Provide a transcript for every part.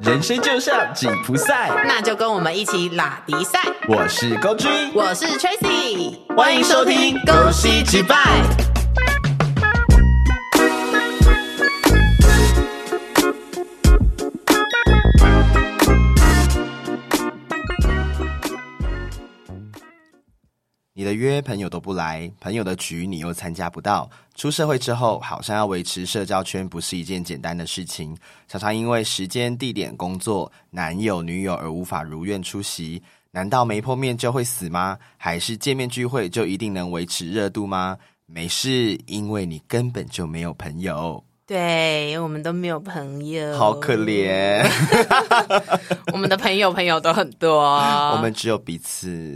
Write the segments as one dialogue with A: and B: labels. A: 人生就像紧箍赛，
B: 那就跟我们一起拉迪赛。
A: 我是高君，
B: 我是 Tracy，
A: 欢迎收听
B: 《
A: 恭喜击败》。你的约朋友都不来，朋友的局你又参加不到。出社会之后，好像要维持社交圈不是一件简单的事情，常常因为时间、地点、工作、男友、女友而无法如愿出席。难道没碰面就会死吗？还是见面聚会就一定能维持热度吗？没事，因为你根本就没有朋友，
B: 对，我们都没有朋友，
A: 好可。怜。
B: 我们的朋友朋友都很多。我
A: 我们只有彼此。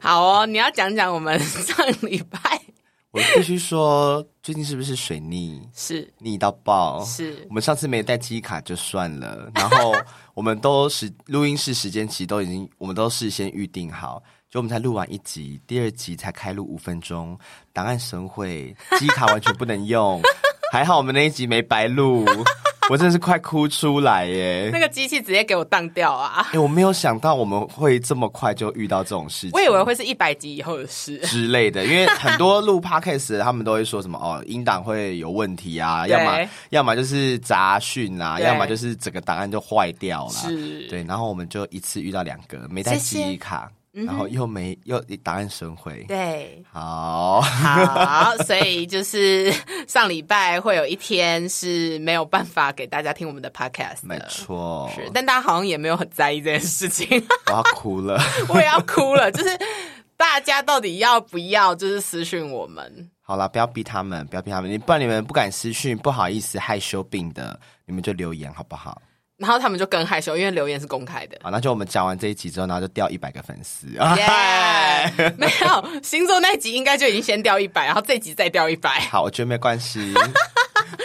B: 好哦，你要讲讲我们上礼拜
A: 我必须说，最近是不是水逆？
B: 是
A: 腻到爆！
B: 是
A: 我们上次没带记忆卡就算了，然后我们都时录音室时间其实都已经，我们都事先预定好，就我们才录完一集，第二集才开录五分钟，档案损毁，记忆卡完全不能 用，还好我们那一集没白录，我真的是快哭出来耶！
B: 那个机器直接给我当掉啊！
A: 哎、我没有想到我们会这么快就遇到这种事情，
B: 我以为会是一百集以后的 事。
A: 之类的，因为很多录 podcast 的他们都会说什么哦，音档会有问题啊，
B: 对
A: 要么要么就是杂讯啊，
B: 对
A: 要么就是整个档案就坏掉了。
B: 是，
A: 对，然后我们就一次遇到两个，没带记忆卡，然后又没又档案损毁。
B: 嗯对，
A: 好，
B: 好，所以就是上礼拜会有一天是没有办法给大家听我们的 podcast
A: 没
B: 的，
A: 错，
B: 是，但大家好像也没有很在意这件事情，
A: 我要哭了。
B: 我也要哭了，就是大家到底要不要就是私讯我们？
A: 好啦，不要逼他们，不要逼他们，你不然你们不敢私讯，不好意思，害羞病的，你们就留言好不好？
B: 然后他们就更害羞，因为留言是公开的。
A: 好，那就我们讲完这一集之后，然后就掉一百个粉丝。
B: 耶、没有星座那集应该就已经先掉一百，然后这集再掉一百。
A: 好，我觉得没关 系，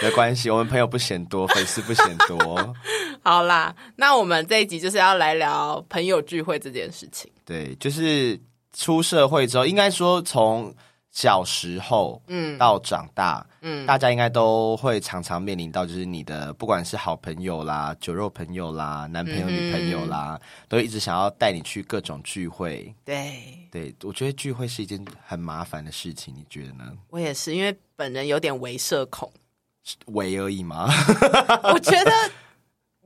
A: 没关系，我们朋友不嫌多，粉丝不嫌 多。
B: 好啦，那我们这一集就是要来聊朋友聚会这件事情。
A: 对，就是出社会之后，应该说从小时候
B: 嗯
A: 到长大，
B: 嗯，
A: 大家应该都会常常面临到，就是你的不管是好朋友啦、酒肉朋友啦、男朋友、
B: 嗯
A: 女朋友啦，都会一直想要带你去各种聚会。
B: 对。
A: 对，我觉得聚会是一件很麻烦的事情，你觉得呢？
B: 我也是，因为本人有点微社恐，
A: 围而已吗？
B: 我觉得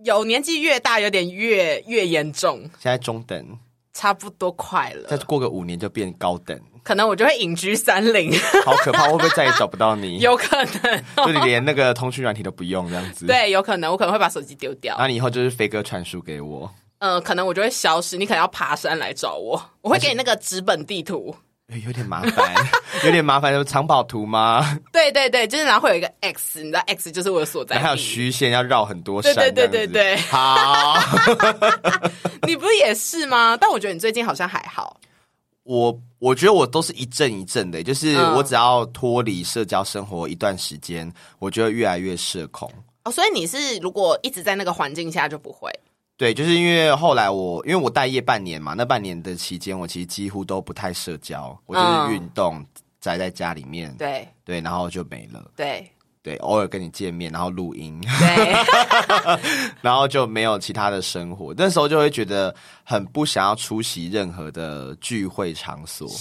B: 有年纪越大，有点越越严重，
A: 现在中等，
B: 差不多快
A: 再
B: 了，
A: 过个五年就变高等，
B: 可能我就会隐居山林，
A: 好可怕！会不会再也找不到你？
B: 有可能，
A: 就 你连那个通讯软体都不用这样子。，
B: 对，有可能，我可能会把手机丢掉
A: 然，后你以后就是飞哥传输给我，
B: 呃，可能我就会消失，你可能要爬山来找我， 我会给你那个纸本地图，
A: 哎 有点麻烦， 有点麻烦，有藏宝图 吗？
B: 对对对，就是然后会有一个 X，你知道 X 就是我的所在
A: 然后还有
B: 地，
A: 虚线要绕很多
B: 对
A: 山，
B: 对对对
A: 这样
B: 对
A: 子，好，
B: 你不是也是吗？但我觉得你最近好像还好，
A: 我我觉得我都是一阵一阵的，就是
B: 嗯
A: 我只要脱离社交生活一段时间，我就会越来越社恐。
B: 哦，所以你是如果一直在那个环境下就不会，
A: 对，就是因为后来我因为我待业半年嘛，那半年的期间，我其实几乎都不太社交，我就是
B: 嗯
A: 运动，宅在家里面，
B: 对
A: 对，然后就没了。
B: 对
A: 对，偶尔跟你见面，然后录音，
B: 对。
A: 然后就没有其他的生活。那时候就会觉得很不想要出席任何的聚会场所，对，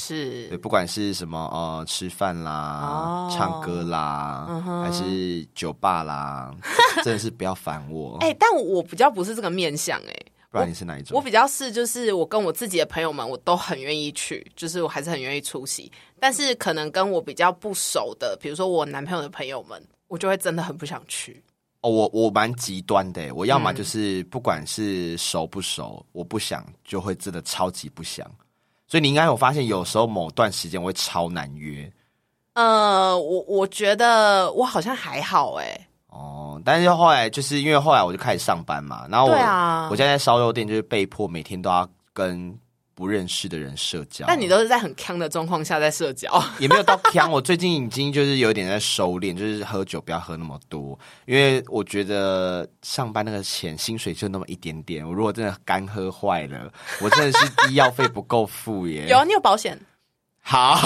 B: 是，
A: 不管是什么呃吃饭啦、
B: 哦嗯
A: 唱歌啦，还是酒吧 啦，真的是不要烦我，
B: 哎、但我比较不是这个面相、哎，
A: 不然你是哪一种
B: 我？比较是就是我跟我自己的朋友们，我都很愿意去，就是我还是很愿意出席，但是可能跟我比较不熟的，比如说我男朋友的朋友们，我就会真的很不想去。
A: 哦，我我蛮极端的耶，欸我要
B: 嗯
A: 么就是不管是熟不熟，我不想就会真的超级不想。所以你应该有发现，有时候某段时间我会超难约。
B: 呃，我我觉得我好像还好、哎，
A: 哦，但是后来就是因为后来我就开始上班嘛，然后我、
B: 对啊
A: 我现在在烧肉店就是被迫每天都要跟不认识的人社交。
B: 但你都是在很康的状况下在社交，
A: 也没有到呛，我最近已经就是有点在收敛，就是喝酒不要喝那么多，因为我觉得上班那个钱薪水就那么一点点，我如果真的干喝坏了，我真的是医药费不够付耶。
B: 有啊，你有保险
A: 好，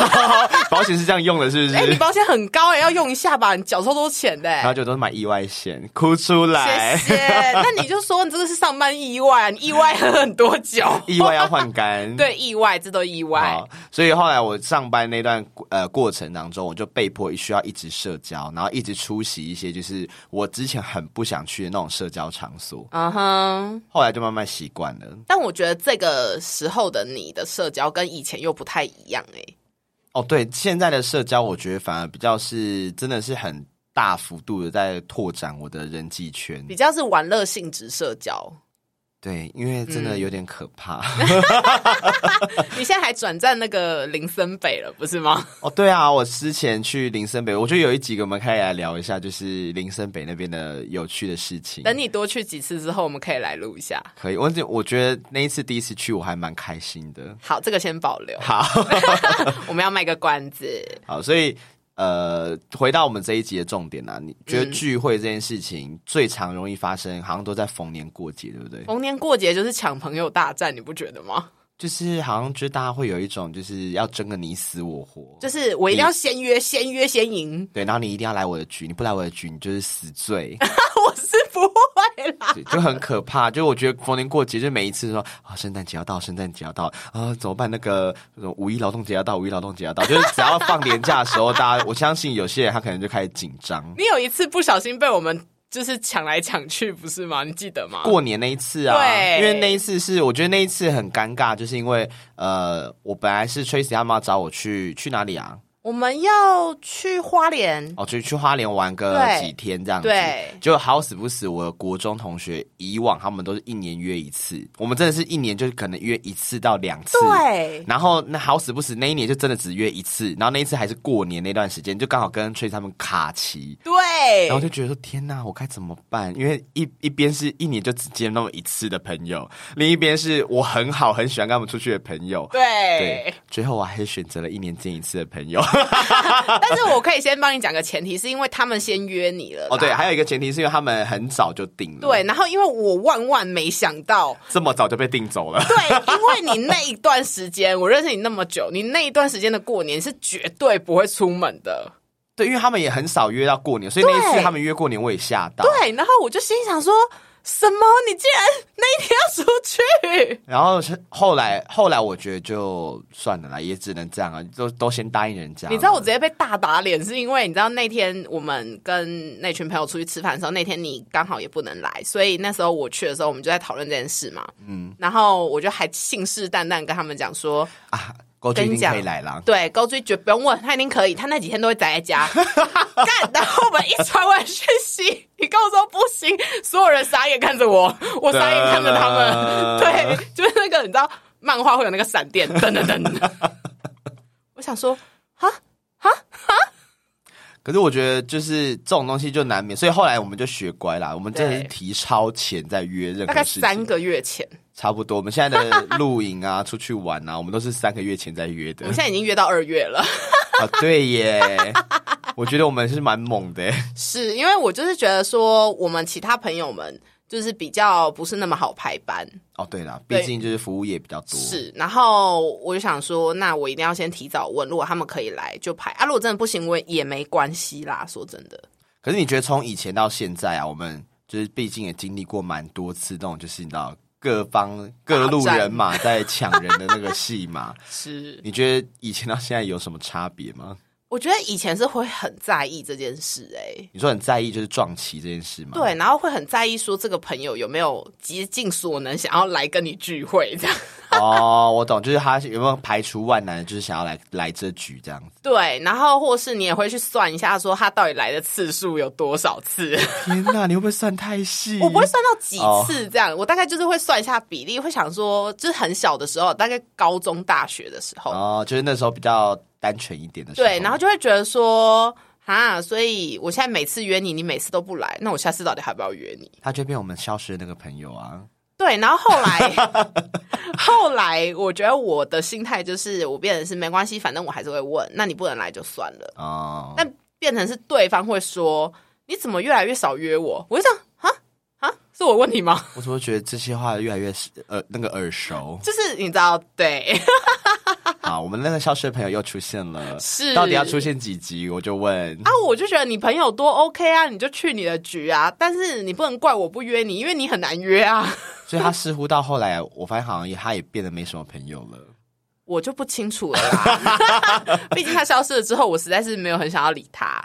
A: 保险是这样用的，是不
B: 哎、你
A: 是？
B: 保险很高哎、要用一下吧，你缴超多钱的、
A: 然后
B: 欸。
A: 就都是买意外险，哭出来，
B: 谢谢。那你就说你这个是上班意外、啊，你意外喝很多酒，
A: 意外要换肝，
B: 对，意外，这都意外
A: 好。，所以后来我上班那段呃过程当中，我就被迫需要一直社交，然后一直出席一些就是我之前很不想去的那种社交场所，
B: 嗯哼。
A: 后来就慢慢习惯了。
B: 但我觉得这个时候的你的社交跟以前又不太一样哎、
A: 哦，对，现在的社交我觉得反而比较是真的是很大幅度的在拓展我的人际圈，
B: 比较是玩乐性质社交。
A: 对，因为真的有点可怕。
B: 你现在还转战那个林森北了，不是吗？
A: 哦，对啊，我之前去林森北，我觉得有一集我们可以来聊一下，就是林森北那边的有趣的事情。
B: 等你多去几次之后，我们可以来录一下。
A: 可以，我只我觉得那一次第一次去我还蛮开心的。
B: 好，这个先保留，
A: 好
B: 我们要卖个关子。
A: 好，所以呃，回到我们这一集的重点啊，你
B: 嗯
A: 觉得聚会这件事情最常容易发生，好像都在逢年过节，对不对？
B: 逢年过节就是抢朋友大战，你不觉得吗？
A: 就是好像就是大家会有一种就是要争个你死我活，
B: 就是我一定要先约，先约先赢。
A: 对，然后你一定要来我的局，你不来我的局，你就是死罪，
B: 我是不会啦，
A: 对就很可怕。就我觉得逢年过节，就每一次说啊，圣诞节要到，圣诞节要到啊，怎么办？那个什么五一劳动节要到，五一劳动节要到，就是只要放年假的时候，大家我相信有些人他可能就开始紧张。
B: 你有一次不小心被我们就是抢来抢去，不是吗？你记得吗？
A: 过年那一次啊，
B: 对
A: 因为那一次是我觉得那一次很尴尬，就是因为呃，我本来是 Tracy 他妈找我去去哪里啊？
B: 我们要去花莲，
A: 哦，就去花莲玩个
B: 对
A: 几天这样子。
B: 对
A: 就好死不死，我的国中同学以往他们都是一年约一次，我们真的是一年就是可能约一次到两次。。
B: 对，
A: 然后那好死不死那一年就真的只约一次，然后那一次还是过年那段时间，就刚好跟崔他们卡期，
B: 对
A: 然后，就觉得说天呐，我该怎么办？因为一一边是一年就只见那么一次的朋友，另一边是我很好很喜欢跟他们出去的朋友。
B: 对
A: 对。，最后我还是选择了一年见一次的朋友。
B: 但是我可以先帮你讲个前提，是因为他们先约你了啦。
A: 哦，对，还有一个前提是因为他们很早就定了，
B: 对，，然后因为我万万没想到，
A: 这么早就被定走了。
B: 对，因为你那一段时间，我认识你那么久，你那一段时间的过年是绝对不会出门的。
A: 对，因为他们也很少约到过年，所以那一次
B: 对
A: 他们约过年我也吓到。
B: 对，然后我就心想说，什么？你竟然那一天要出去？
A: 然后是后来后来我觉得就算了啦，也只能这样啊，都都先答应人家了。
B: 你知道我直接被大打脸，是因为你知道那天我们跟那群朋友出去吃饭的时候，那天你刚好也不能来，所以那时候我去的时候，我们就在讨论这件事嘛。嗯，然后我就还信誓旦旦跟他们讲说，
A: 啊，郭俊一
B: 跟你
A: 定
B: 讲
A: 可以来啦。
B: 对，高追绝不用问，他一定可以，他那几天都会宅在 家。干，然后我们一传完讯息，你跟我说不行，所有人傻眼看着我，我傻眼看着他们，
A: 哒
B: 对，就是那个你知道漫画会有那个闪电，噔噔噔。 我想说，
A: 可是我觉得就是这种东西就难免，所以后来我们就学乖啦，我们真的是
B: 对
A: 提超前在约任
B: 大概
A: 何事
B: 三
A: 情，
B: 个月前，
A: 差不多。我们现在的露营啊、 出去玩啊，我们都是三个月前在约
B: 我
A: 的
B: 们。现在已经约到二月了，
A: 啊，对耶，我觉得我们是蛮猛的耶。
B: 是因为我就是觉得说，我们其他朋友们就是比较不是那么好排班，
A: 哦，对啦，毕
B: 对
A: 竟就是服务业比较多。
B: 是，然后我就想说，那我一定要先提早问，如果他们可以来就排啊，如果真的不行，我也没关系啦。说真的，
A: 可是你觉得从以前到现在啊，我们就是毕竟也经历过蛮多次那种，就是你知道各方各路人马在抢人的那个戏嘛？
B: 是
A: 你觉得以前到现在有什么差别吗？
B: 我觉得以前是会很在意这件事、欸，
A: 你说很在意就是撞旗这件事吗？，
B: 对，然后会很在意说这个朋友有没有竭尽所能想要来跟你聚会这样，
A: 哦，我懂，就是他有没有排除万难，就是想要来来这局这样子。
B: 对，然后或是你也会去算一下说他到底来的次数有多少次，
A: 天哪，你会不会算太细？
B: 我不会算到几
A: 哦
B: 次这样，我大概就是会算一下比例，会想说就是很小的时候，大概高中大学的时候，
A: 哦，就是那时候比较单纯一点的时候。
B: 对，然后就会觉得说，哈，所以我现在每次约你，你每次都不来，那我下次到底还要不要约你？
A: 他就变我们消失的那个朋友啊。
B: 对，然后后来， 后来我觉得我的心态就是，我变成是没关系，反正我还是会问，那你不能来就算了。
A: 哦，
B: 但变成是对方会说，你怎么越来越少约我？我就想，哈哈，是我问题吗？
A: 我怎么觉得这些话越来越呃那个耳熟？
B: 就是你知道，对，
A: 好，我们那个消失的朋友又出现了，
B: 是
A: 到底要出现几集？我就问，
B: 啊，我就觉得你朋友多 OK 啊，你就去你的局啊，但是你不能怪我不约你，因为你很难约啊。
A: 所以他似乎到后来，我发现好像也他也变得没什么朋友了。
B: 我就不清楚了啦， 毕竟他消失了之后，我实在是没有很想要理他。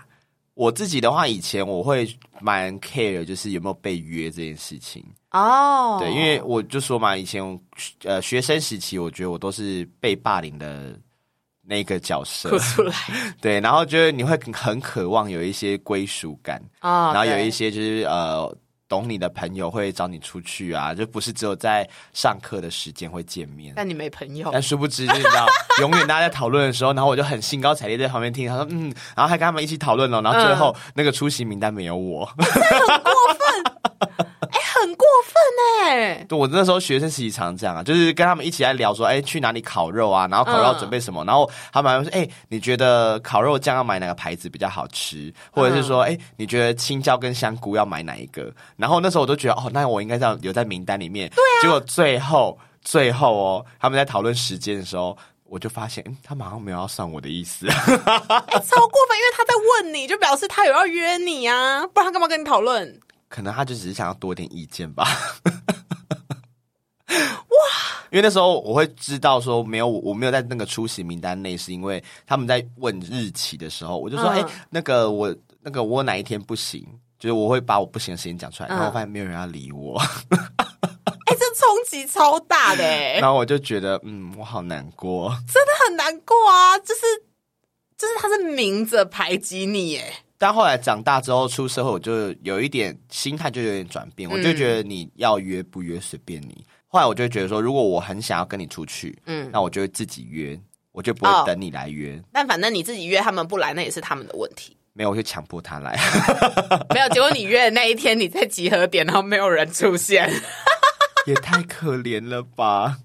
A: 我自己的话，以前我会蛮 care，就是有没有被约这件事情。
B: 哦，
A: 对，因为我就说嘛，以前我呃学生时期，我觉得我都是被霸凌的那个角
B: 哭
A: 色，
B: 出 来
A: 对，然后就是你会很渴望有一些归属感，
B: 啊，
A: 然后有
B: 对
A: 一些就是呃懂你的朋友会找你出去啊，就不是只有在上课的时间会见面。
B: 但你没朋友，
A: 但殊不知，就是你知道，永远大家在讨论的时候，然后我就很兴高采烈在旁边听，他说嗯，然后还跟他们一起讨论了，然后最后、那个出席名单没有我。
B: 很过分哎、
A: 对我那时候学生时期常这样啊，就是跟他们一起来聊说，哎、去哪里烤肉啊，然后烤肉要准备什么，然后他们还会说，哎、你觉得烤肉酱要买哪个牌子比较好吃，或者是说，哎、你觉得青椒跟香菇要买哪一个？然后那时候我都觉得，哦，那我应该这样留在名单里面。对啊。结果最后最后哦，他们在讨论时间的时候。我就发现，嗯，他们好像没有要算我的意思，
B: 哎、超过分，因为他在问你，就表示他有要约你啊，不然他干嘛跟你讨论？
A: 可能他就只是想要多点意见 吧。哇！因为那时候我会知道说没有我没有在那个出席名单内，是因为他们在问日期的时候，我就说
B: 嗯
A: 哎、那个我那个我哪一天不行，就是我会把我不行的时间讲出来，
B: 嗯
A: 然后我发现没有人要理我，
B: 哎、这冲击超大的哎、
A: 然后我就觉得嗯，我好难过。
B: 他很难过啊，就是就是他是明着排挤你哎、
A: 但后来长大之后出社会，我就有一点心态就有点转变，我
B: 嗯
A: 就觉得你要约不约随便你。后来我就觉得说，如果我很想要跟你出去，
B: 嗯
A: 嗯，那我就会自己约，我就不会
B: 哦
A: 等你来约，
B: 但反正你自己约他们不来，那也是他们的问题。
A: 没有我就强迫他 来。
B: 没有，结果你约的那一天你在集合点，然后没有人出现。
A: 也太可怜了吧！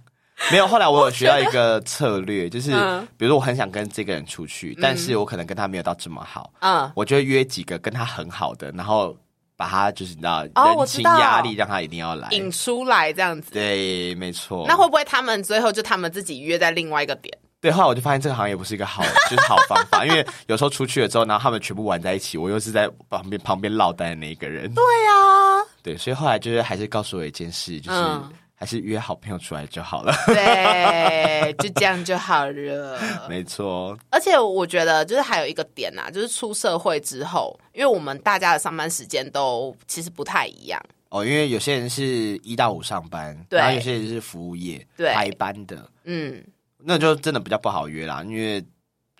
A: 没有，后来我有学到一个策略，就是
B: 嗯
A: 比如说我很想跟这个人出去，但是我可能跟他没有到这么好，
B: 嗯，
A: 我就会约几个跟他很好的，然后把他就是你知道
B: 哦我
A: 人
B: 知
A: 情
B: 道
A: 压力让他一定要来。
B: 引出来这样子。
A: 对，没错。
B: 那会不会他们最后就他们自己约在另外一个点？
A: 对，后来我就发现这个好像也不是一个好，就是好方法，因为有时候出去了之后，然后他们全部玩在一起，我又是在旁边旁边落单的那一个人。
B: 对啊，
A: 对，所以后来就是还是告诉我一件事，就是
B: 嗯
A: 还是约好朋友出来就好了。
B: 对，就这样就好 了。
A: 没错，
B: 而且我觉得就是还有一个点呐、啊，就是出社会之后，因为我们大家的上班时间都其实不太一样。
A: 哦，因为有些人是一到五上班，
B: 对
A: 然后有些人是服务业，
B: 对
A: 排班的，
B: 嗯，
A: 那就真的比较不好约啦，因为。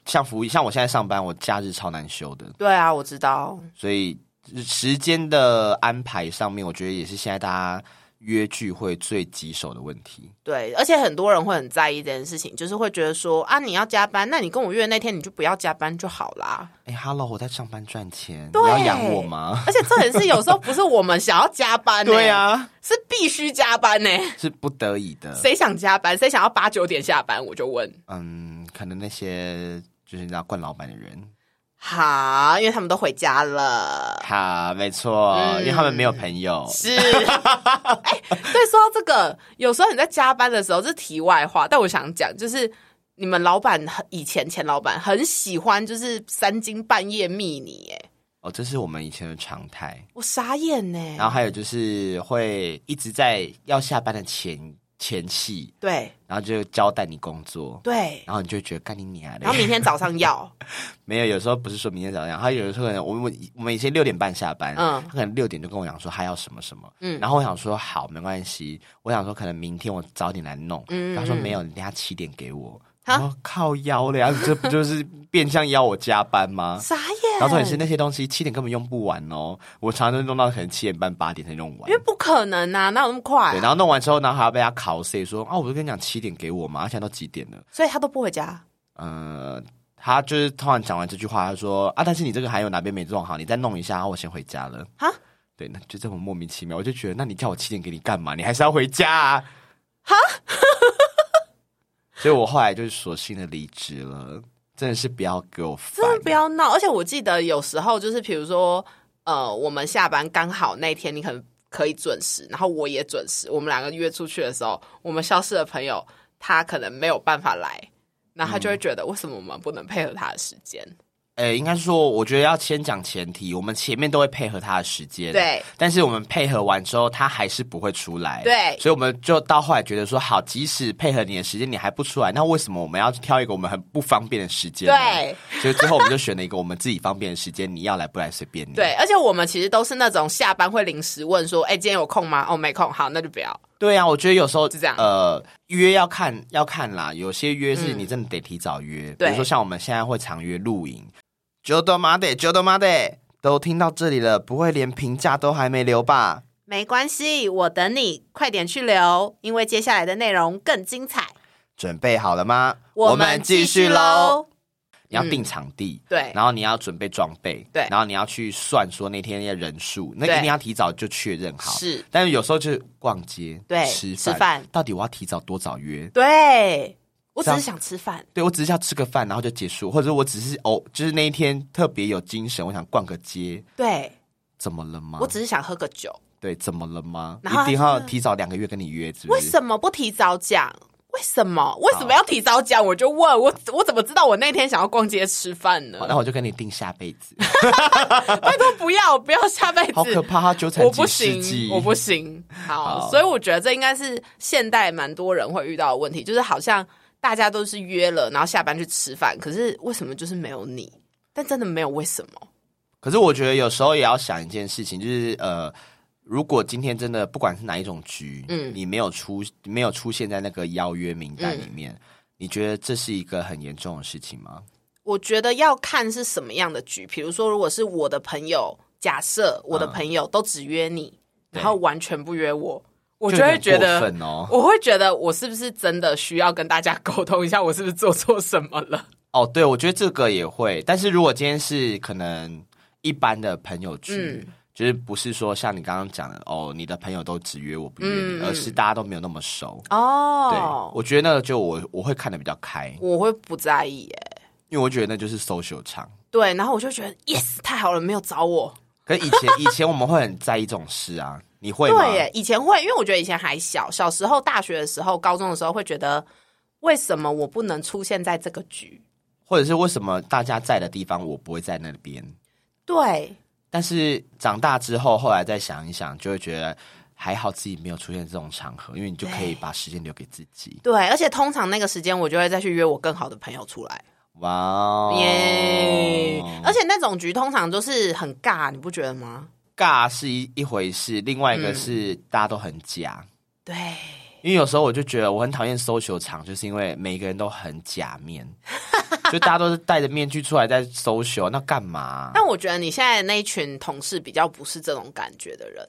A: 像服务，像我现在上班，我假日超难休的，
B: 对啊，我知道。
A: 所以时间的安排上面，我觉得也是现在大家约聚会最棘手的问题。
B: 对，而且很多人会很在意这件事情，就是会觉得说啊，你要加班，那你跟我约的那天你就不要加班就好啦。
A: 哎、哈 h e l l o 我在上班赚钱，
B: 对
A: 你要养我吗？
B: 而且这也是有时候不是我们想要加班、呢，
A: 对，啊，嗯
B: 是必须加班呢、
A: 是不得已的。
B: 谁想加班？谁想要八九点下班？我就问，
A: 嗯，可能那些就是你知道惯老板的人，
B: 好，因为他们都回家了。
A: 哈，没错，
B: 嗯
A: 因为他们没有朋友。
B: 是，哎、对，说到这个，有时候你在加班的时候，这是题外话，但我想讲，就是你们老板很以前前老板很喜欢，就是三更半夜密你，哎，
A: 哦，这是我们以前的常态。
B: 我傻眼欸呢。
A: 然后还有就是会一直在要下班的前前戏，
B: 对
A: 然后就交代你工作，
B: 对，
A: 然后你就觉得干你娘
B: 然后
A: 嘞！
B: 明天早上要，
A: 没有，有时候不是说明天早上，他有时候可能我们我们以前六点半下班，
B: 嗯
A: 他可能六点就跟我讲说他要什么什么，
B: 嗯
A: 然后我想说好没关系，我想说可能明天我早点来弄，
B: 嗯
A: 他说没有，你等下七点给我，
B: 啊
A: 然后靠腰了呀，这不就是变相要我加班 吗？
B: 傻眼。
A: 然后重点是那些东西七点根本用不完哦，我常常都弄到可能七点半八点才用完
B: 因为。不可能啊，哪有那么快
A: 对，
B: 啊、
A: 然后弄完之后，然后还要被他考碎，说啊，我就跟你讲七点给我嘛，而且都几点了？
B: 所以他都不回家。
A: 呃，他就是突然讲完这句话，他说啊，但是你这个还有哪边没弄好，你再弄一下，我先回家了。
B: 哈，
A: 对，那就这么莫名其妙，我就觉得，那你叫我七点给你干嘛？你还是要回家啊？哈， 所以我后来就是索性的离职了，真的是不要给我烦，
B: 真的不要闹。而且我记得有时候就是，比如说，呃，我们下班刚好那天你可能可以准时，然后我也准时，我们两个约出去的时候，我们消失的朋友他可能没有办法来，然后他就会觉得为什么我们不能配合他的时间？
A: 呃，应该说，我觉得要先讲前提，我们前面都会配合他的时间，
B: 对。
A: 但是我们配合完之后，他还是不会出来，
B: 对
A: 所以我们就到后来觉得说，好，即使配合你的时间，你还不出来，那为什么我们要挑一个我们很不方便的时间？
B: 对，啊
A: 所以最后我们就选了一个我们自己方便的时间，你要来不来随便你。
B: 对，而且我们其实都是那种下班会临时问说，哎、今天有空吗？哦，没空，好，那就不要。
A: 对啊，我觉得有时候
B: 是这样
A: 呃，约要看要看啦，有些约是你真的得提早约，比
B: 嗯对
A: 如说像我们现在会常约露营，九斗妈的，九斗妈的，都听到这里了，不会连评价都还没留吧？
B: 没关系，我等你，快点去留，因为接下来的内容更精彩。
A: 准备好了吗？我们继续喽。。你要定场地，
B: 对
A: 然后你要准备装备，
B: 嗯对
A: 然后你要去算说那天的人数，那
B: 对
A: 一定要提早就确认好。
B: 是，
A: 但是有时候就是逛街，
B: 对
A: 吃
B: 吃饭
A: 到底我要提早多早约？
B: 对，我
A: 这
B: 只是
A: 样
B: 想吃饭。
A: 对我只是要吃个饭，然后就结束，或者我只是哦，就是那一天特别有精神，我想逛个街，
B: 对，
A: 怎么了吗？
B: 我只是想喝个酒。
A: 对，怎么了吗？
B: 然后
A: 一定
B: 他
A: 要
B: 就
A: 提早两个月跟你约，是不
B: 为
A: 是？
B: 什么不提早讲？为什么？为什么要提早讲？我就问我，我怎么知道我那天想要逛街吃饭呢
A: 好，？那我就跟你定下辈子，
B: 拜托不要，不要下辈
A: 好可
B: 子。
A: 怕！他纠缠
B: 我
A: 几
B: 不
A: 世纪
B: 行，我不行。好，
A: 好
B: 所以我觉得这应该是现代蛮多人会遇到的问题，就是好像大家都是约了，然后下班去吃饭，可是为什么就是没有你？但真的没有为什么？
A: 可是我觉得有时候也要想一件事情，就是呃，如果今天真的不管是哪一种局，嗯，你没有出没有出现在那个邀约名单里面，你觉得这是一个很严重的事情吗？
B: 我觉得要看是什么样的局。比如说，如果是我的朋友，假设我的朋友都只约你，
A: 嗯对
B: 然后完全不约我，我
A: 就
B: 就会
A: 有
B: 觉
A: 点
B: 得
A: 过分哦
B: 我会觉得我是不是真的需要跟大家沟通一下，我是不是做错什么了？
A: 哦，对，我觉得这个也会，但是如果今天是可能一般的朋友局。
B: 嗯
A: 就是不是说像你刚刚讲的哦，你的朋友都只约我不约你，
B: 嗯
A: 而是大家都没有那么熟。对
B: 哦，
A: 我觉得那个就我我会看的比较开，
B: 我会不在意耶。
A: 因为我觉得那就是 social 场。
B: 对，然后我就觉得 yes，太好了，没有找我。
A: 可以前以前我们会很在意这种事 啊，你会吗？
B: 对耶，以前会，因为我觉得以前还小，小时候、大学的时候、高中的时候，会觉得为什么我不能出现在这个局？
A: 或者是为什么大家在的地方我不会在那边？
B: 对，
A: 但是长大之后，后来再想一想，就会觉得还好自己没有出现这种场合，因为你就可以把时间留给自己。
B: 对，而且通常那个时间我就会再去约我更好的朋友出来，
A: 哇哦！
B: 耶、而且那种局通常就是很尬，你不觉得吗？
A: 尬是一一回事，另外一个是大家都很假。
B: 对，
A: 因为有时候我就觉得我很讨厌 social 场，就是因为每个人都很假 面，就大家都是戴着面具出来在 social，那干嘛？
B: 但我觉得你现在的那一群同事比较不是这种感觉的人，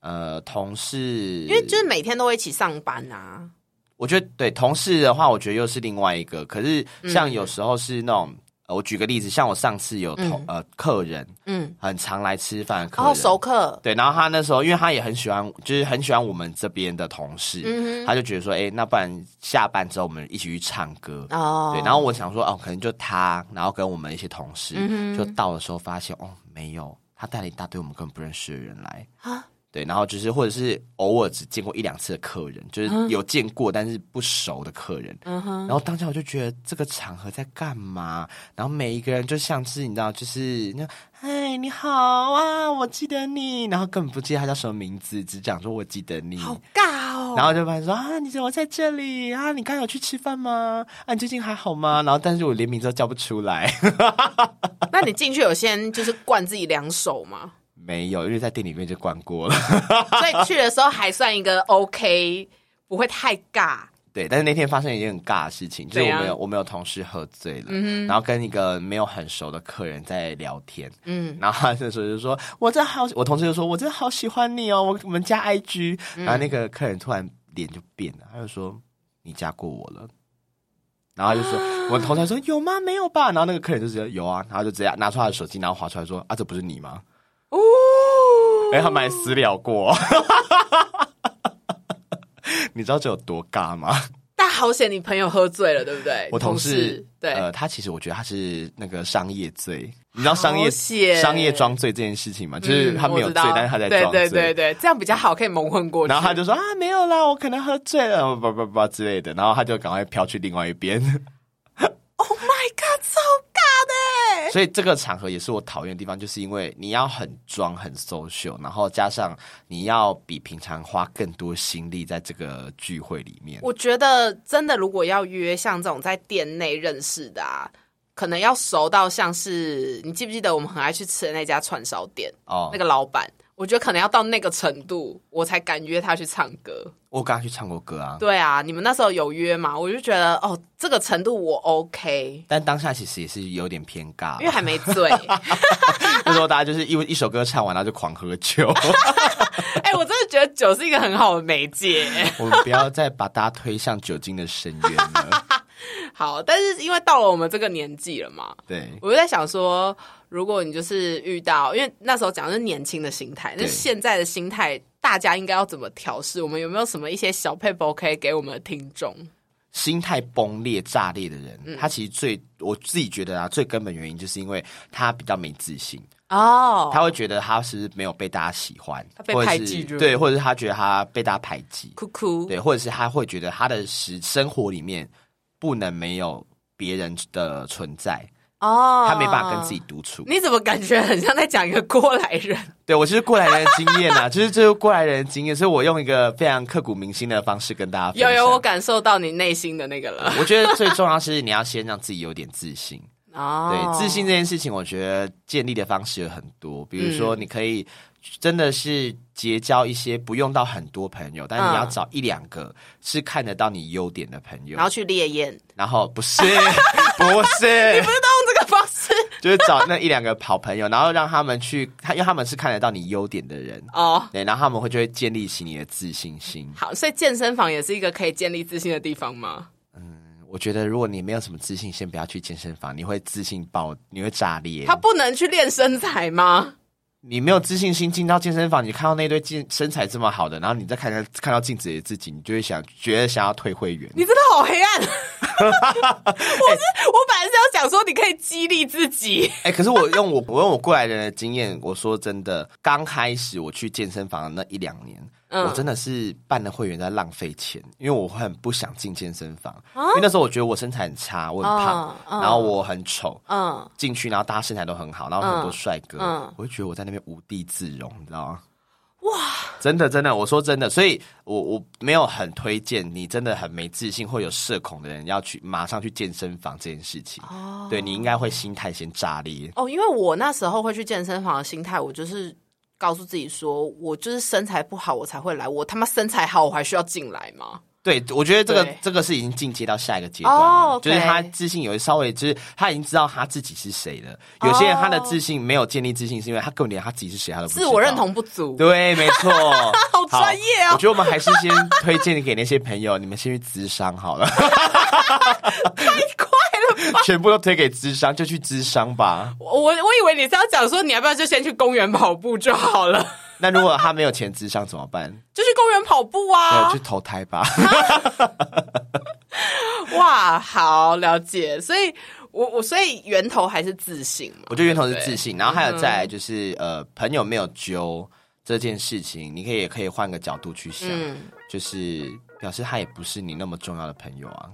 A: 呃，同事，
B: 因为就是每天都会一起上班啊。
A: 我觉得对同事的话，我觉得又是另外一个。可是像
B: 嗯
A: 有时候是那种，呃我举个例子，像我上次有同、呃客人
B: 嗯，
A: 很常来吃饭的客
B: 然
A: 人，
B: 后熟客，
A: 对，然后他那时候因为他也很喜欢，就是很喜欢我们这边的同事，
B: 嗯
A: 他就觉得说，哎、那不然下班之后我们一起去唱歌。
B: 哼，哦，
A: 对，然后我想说，哦，可能就他，然后跟我们一些同事，
B: 嗯
A: 就到的时候发现，哦，没有，他带了一大堆我们根本不认识的人来。
B: 啊
A: 对，然后就是或者是偶尔只见过一两次的客人，就是有见过但是不熟的客人。
B: 嗯哼，
A: 然后当下我就觉得这个场合在干嘛？然后每一个人就像是你知道，就是那嗨你好啊，我记得你，然后根本不记得他叫什么名字，只讲说我记得你。
B: 好尬哦。
A: 然后就发现说啊，你怎么在这里啊？你刚有去吃饭吗？啊，你最近还好吗？然后但是我连名字都叫不出来，
B: 那你进去有先就是灌自己两手 嘛，
A: 没有，因为在店里面就逛过了。
B: 所以去的时候还算一个 OK，不会太尬。
A: 对，但是那天发生一件很尬的事情，就是我
B: 怎
A: 们
B: 样嗯
A: 有我们有同事喝醉了，然后跟一个没有很熟的客人在聊天，嗯，然后他那时候就说：“我真好，我同事就说我真的好喜欢你哦，我我们加 IG。然后
B: 嗯
A: 那个客人突然脸就变了，他就说：“你加过我了。”然后他就说：“
B: 啊
A: 我同事还说有吗？没有吧？”然后那个客人就直接有啊，然后就直接拿出他的手机，然后划出来说：“啊，这不是你吗
B: 哦，？”
A: 哎、他们还私聊过， 你知道这有多尬吗？
B: 但好险你朋友喝醉了，对不对？
A: 我同事
B: 对，
A: 呃，他其实我觉得他是那个商业罪，你知道商业
B: 好险
A: 商业装醉这件事情吗？就是他没有
B: 嗯我知
A: 醉，
B: 道
A: 但是他在装醉。
B: 对对对对，这样比较好，可以蒙混过去。
A: 然后他就说啊， 没有啦，我可能喝醉了，不不不之类的。然后他就赶快飘去另外一边。所以这个场合也是我讨厌的地方，就是因为你要很装很 social，然后加上你要比平常花更多心力在这个聚会里面。
B: 我觉得真的，如果要约像这种在店内认识的啊，可能要熟到像是你记不记得我们很爱去吃的那家串烧店、
A: 哦
B: 那，个老板，我觉得可能要到那个程度，我才敢约他去唱歌。
A: 我刚刚去唱过歌啊，
B: 对啊，你们那时候有约吗？我就觉得哦，这个程度我 OK，
A: 但当下其实也是有点偏尬
B: 因为，还没 醉。
A: 那时候大家就是因为一首歌唱完，然后就狂喝 酒。
B: 哎、我真的觉得酒是一个很好的媒介。
A: 我们不要再把大家推向酒精的深渊 了。
B: 好，但是因为到了我们这个年纪了嘛，
A: 对，
B: 我就在想说，如果你就是遇到，因为那时候讲的是年轻的心态，那
A: 对
B: 现在的心态，大家应该要怎么调试？我们有没有什么一些小配 e 可以给我们的听众？
A: 心态崩裂、炸裂的人，
B: 嗯
A: 他其实最我自己觉得啊，最根本原因就是因为他比较没自信，
B: 哦
A: 他会觉得他是不是没有被大家喜欢，
B: 他被
A: 或者
B: 排
A: 是
B: 挤住
A: 对，或者是他觉得他被大家排挤，
B: 哭哭，
A: 对，或者是他会觉得他的时生活里面不能没有别人的存在，
B: 哦
A: 他没办法跟自己。独处。
B: 你怎么感觉很像在讲一个过来 人？
A: 对我就是过来人的经验啊， 就是这是过来人的经验，所以我用一个非常刻骨铭心的方式跟大家分
B: 有
A: 享。
B: 有，我感受到你内心的那个了。
A: 我觉得最重要是你要先让自己有点自信。
B: 哦
A: 对，自信这件事情，我觉得建立的方式有很多，比如
B: 嗯
A: 说你可以真的是结交一些不用到很多朋友，但是你要找一两个是看得到你优点的朋友
B: 嗯然，后去烈焰，
A: 然后不是 不是
B: 不，是都用这个方式
A: 就是找那一两个好朋友，然后让他们去，他因为他们是看得到你优点的人。
B: 哦。
A: 对，然后他们会就会建立起你的自信心。
B: 好，所以健身房也是一个可以建立自信的地方吗？
A: 我觉得如果你没有什么自信，先不要去健身房，你会自信爆，你会炸裂。
B: 他不能去练身材吗？
A: 你没有自信心进到健身房，你看到那堆健身材这么好的，然后你再看看看到镜子里的自己，你就会想觉得想要退会员。
B: 你真的好黑 暗！我是我本来是要讲说你可以激励自己，
A: 哎、可是我用我我用我过来人的经验，我说真的，刚开始我去健身房的那一两年，
B: 嗯
A: 我真的是办了会员在浪费钱，因为我很不想进健身房，
B: 啊
A: 因为那时候我觉得我身材很差，我很胖，
B: 嗯嗯
A: 然后我很丑，
B: 嗯，
A: 进去，然后大家身材都很好，然后很多帅哥，
B: 嗯嗯
A: 我就觉得我在那边无地自容，你知道吗？哇，真的真的，我说真的，所以我我没有很推荐你，真的很没自信或有社恐的人要去马上去健身房这件事情。哦，对你应该会心态先炸裂。
B: 哦，因为我那时候会去健身房的心态，我就是告诉自己说，我就是身材不好我才会来，我他妈身材好我还需要进来吗？
A: 对，我觉得这个
B: 对
A: 这个是已经进阶到下一个阶段了
B: 哦，OK
A: 就是他自信有稍微就是他已经知道他自己是谁了。有些人他的
B: 哦
A: 自信没有建立自信，是因为他根本连他自己是谁他都不知
B: 自
A: 道。
B: 我认同不足。
A: 对，没 错，好
B: 专业哦
A: 我觉得我们还是先推荐给那些朋友，你们先去咨商好了，
B: 快了，
A: 全部都推给咨商，就去咨商吧。
B: 我我以为你是要讲说你要不要就先去公园跑步就好了，
A: 那如果他没有钱咨商怎么办？
B: 就去公园跑步
A: 那
B: 啊
A: 去！投胎吧。
B: 哇，好了解，所以我我所以源头还是自信嘛。
A: 我觉得源头是自信，然后还有再来就是呃，朋友没有揪这件事情，你可以也可以换个角度去想，就是表示他也不是你那么重要的朋友啊。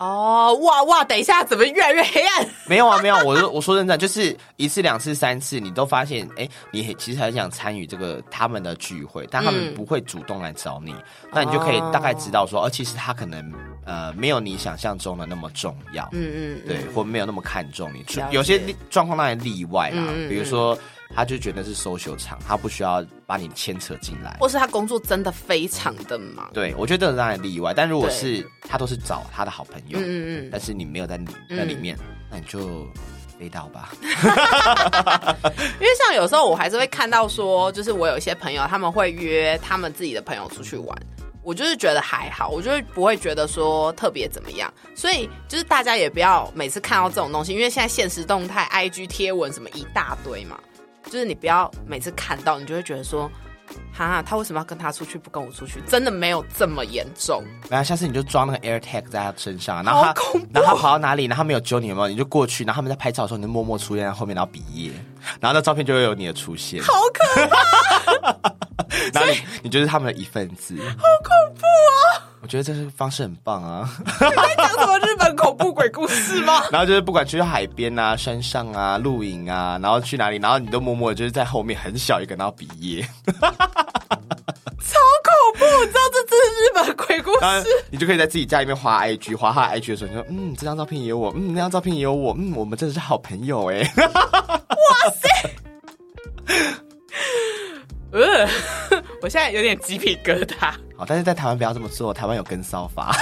B: 哦，哇哇，等一下，怎么越来越黑暗？
A: 没有啊，没有啊，我说我说真的，就是一次、两次、三次，你都发现，哎、你其实很想参与这个他们的聚会，但他们不会主动来找你，那你就可以大概知道说，哦、其实他可能呃没有你想象中的那么重要，
B: 嗯嗯，
A: 对，或没有那么看重你。除
B: 了解
A: 有些例状况当然例外啦，
B: 嗯嗯
A: 比如说他就觉得是 social 场，他不需要把你牵扯进来。
B: 或是他工作真的非常的忙。
A: 对，我觉得这个当然例外，但如果
B: 对
A: 是他都是找他的好朋友，
B: 嗯嗯嗯，
A: 但是你没有在里在里面，那你就飞到吧。
B: 因为像有时候我还是会看到说，就是我有一些朋友他们会约他们自己的朋友出去玩。我就是觉得还好，我就是不会觉得说特别怎么样，所以就是大家也不要每次看到这种东西，因为现在现实动态、IG 贴文什么一大堆嘛，就是你不要每次看到你就会觉得说，哈，他为什么要跟他出去不跟我出去？真的没有这么严重，
A: 然啊后下次你就装那个 AirTag 在他身上，然后他
B: 好恐怖，
A: 然后他跑到哪里，然后他没有揪你，有没有？你就过去，然后他们在拍照的时候，你就默默出现在后面，然后比耶，然后那照片就会有你的出现，
B: 好可
A: 然后你你就是他们的一份子，好恐怖啊我觉得这是方式很棒啊。
B: 在讲什么日本恐怖鬼故事吗？
A: 然后就是不管去海边啊、山上啊、露营啊，然后去哪里，然后你都默默地就是在后面很小一个，然后毕业，
B: 超恐怖！你知道这真是日本鬼故
A: 然后
B: 事，
A: 你就可以在自己家里面划 IG，划他的 IG 的时候，你说嗯，这张照片也有我，嗯，那张照片也有我，嗯，我们真的是好朋友哎、
B: 呃， 我现在有点鸡皮疙瘩。
A: 好，但是在台湾不要这么做，台湾有跟骚法。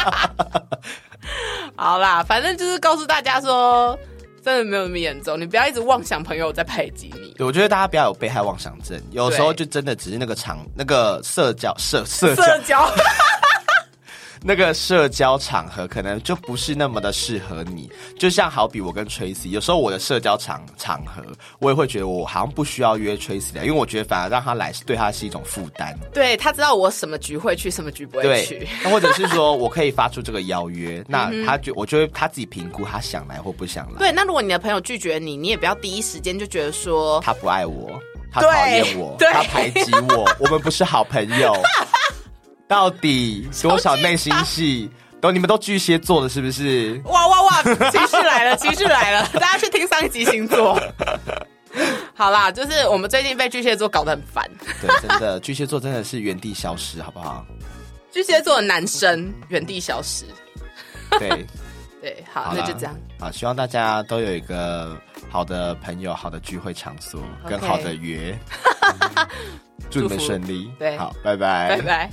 B: 好啦，反正就是告诉大家说，真的没有那么严重，你不要一直妄想朋友在排挤你。
A: 对，我觉得大家不要有被害妄想症，有时候就
B: 对
A: 真的只是那个场、那个社交、社社交、
B: 社交，
A: 那个社交场合，可能就不是那么的适合你。就像好比我跟 Tracy，有时候我的社交场场合，我也会觉得我好像不需要约 Tracy 的，因为我觉得反而让他来是对他是一种负担。
B: 对他知道我什么局会去，什么局不会
A: 对
B: 去。，嗯
A: 那或者是说我可以发出这个邀约，那他就我就会他自己评估他想来或不想来。
B: 对，那如果你的朋友拒绝你，你也不要第一时间就觉得说，
A: 他不爱我，他
B: 对
A: 讨厌我，
B: 对
A: 他排挤我，我们不是好朋 友。到底多少内心 戏？都你们都巨蟹座的，是不是？
B: 哇哇哇，情绪 来了，情绪来了，大家去听上一集星座。 好啦，就是我们最近被巨蟹座搞得很烦。
A: 对，真的，巨蟹座真的是原地消失，好不 好？
B: 巨蟹座的男生原地消失。
A: 对，
B: 对，好，
A: 好啦
B: 那就这样。
A: 好，希望大家都有一个好的朋友、好的聚会场所
B: OK
A: 跟好的约。祝你们顺利，
B: 对
A: 好，拜拜，
B: 拜拜。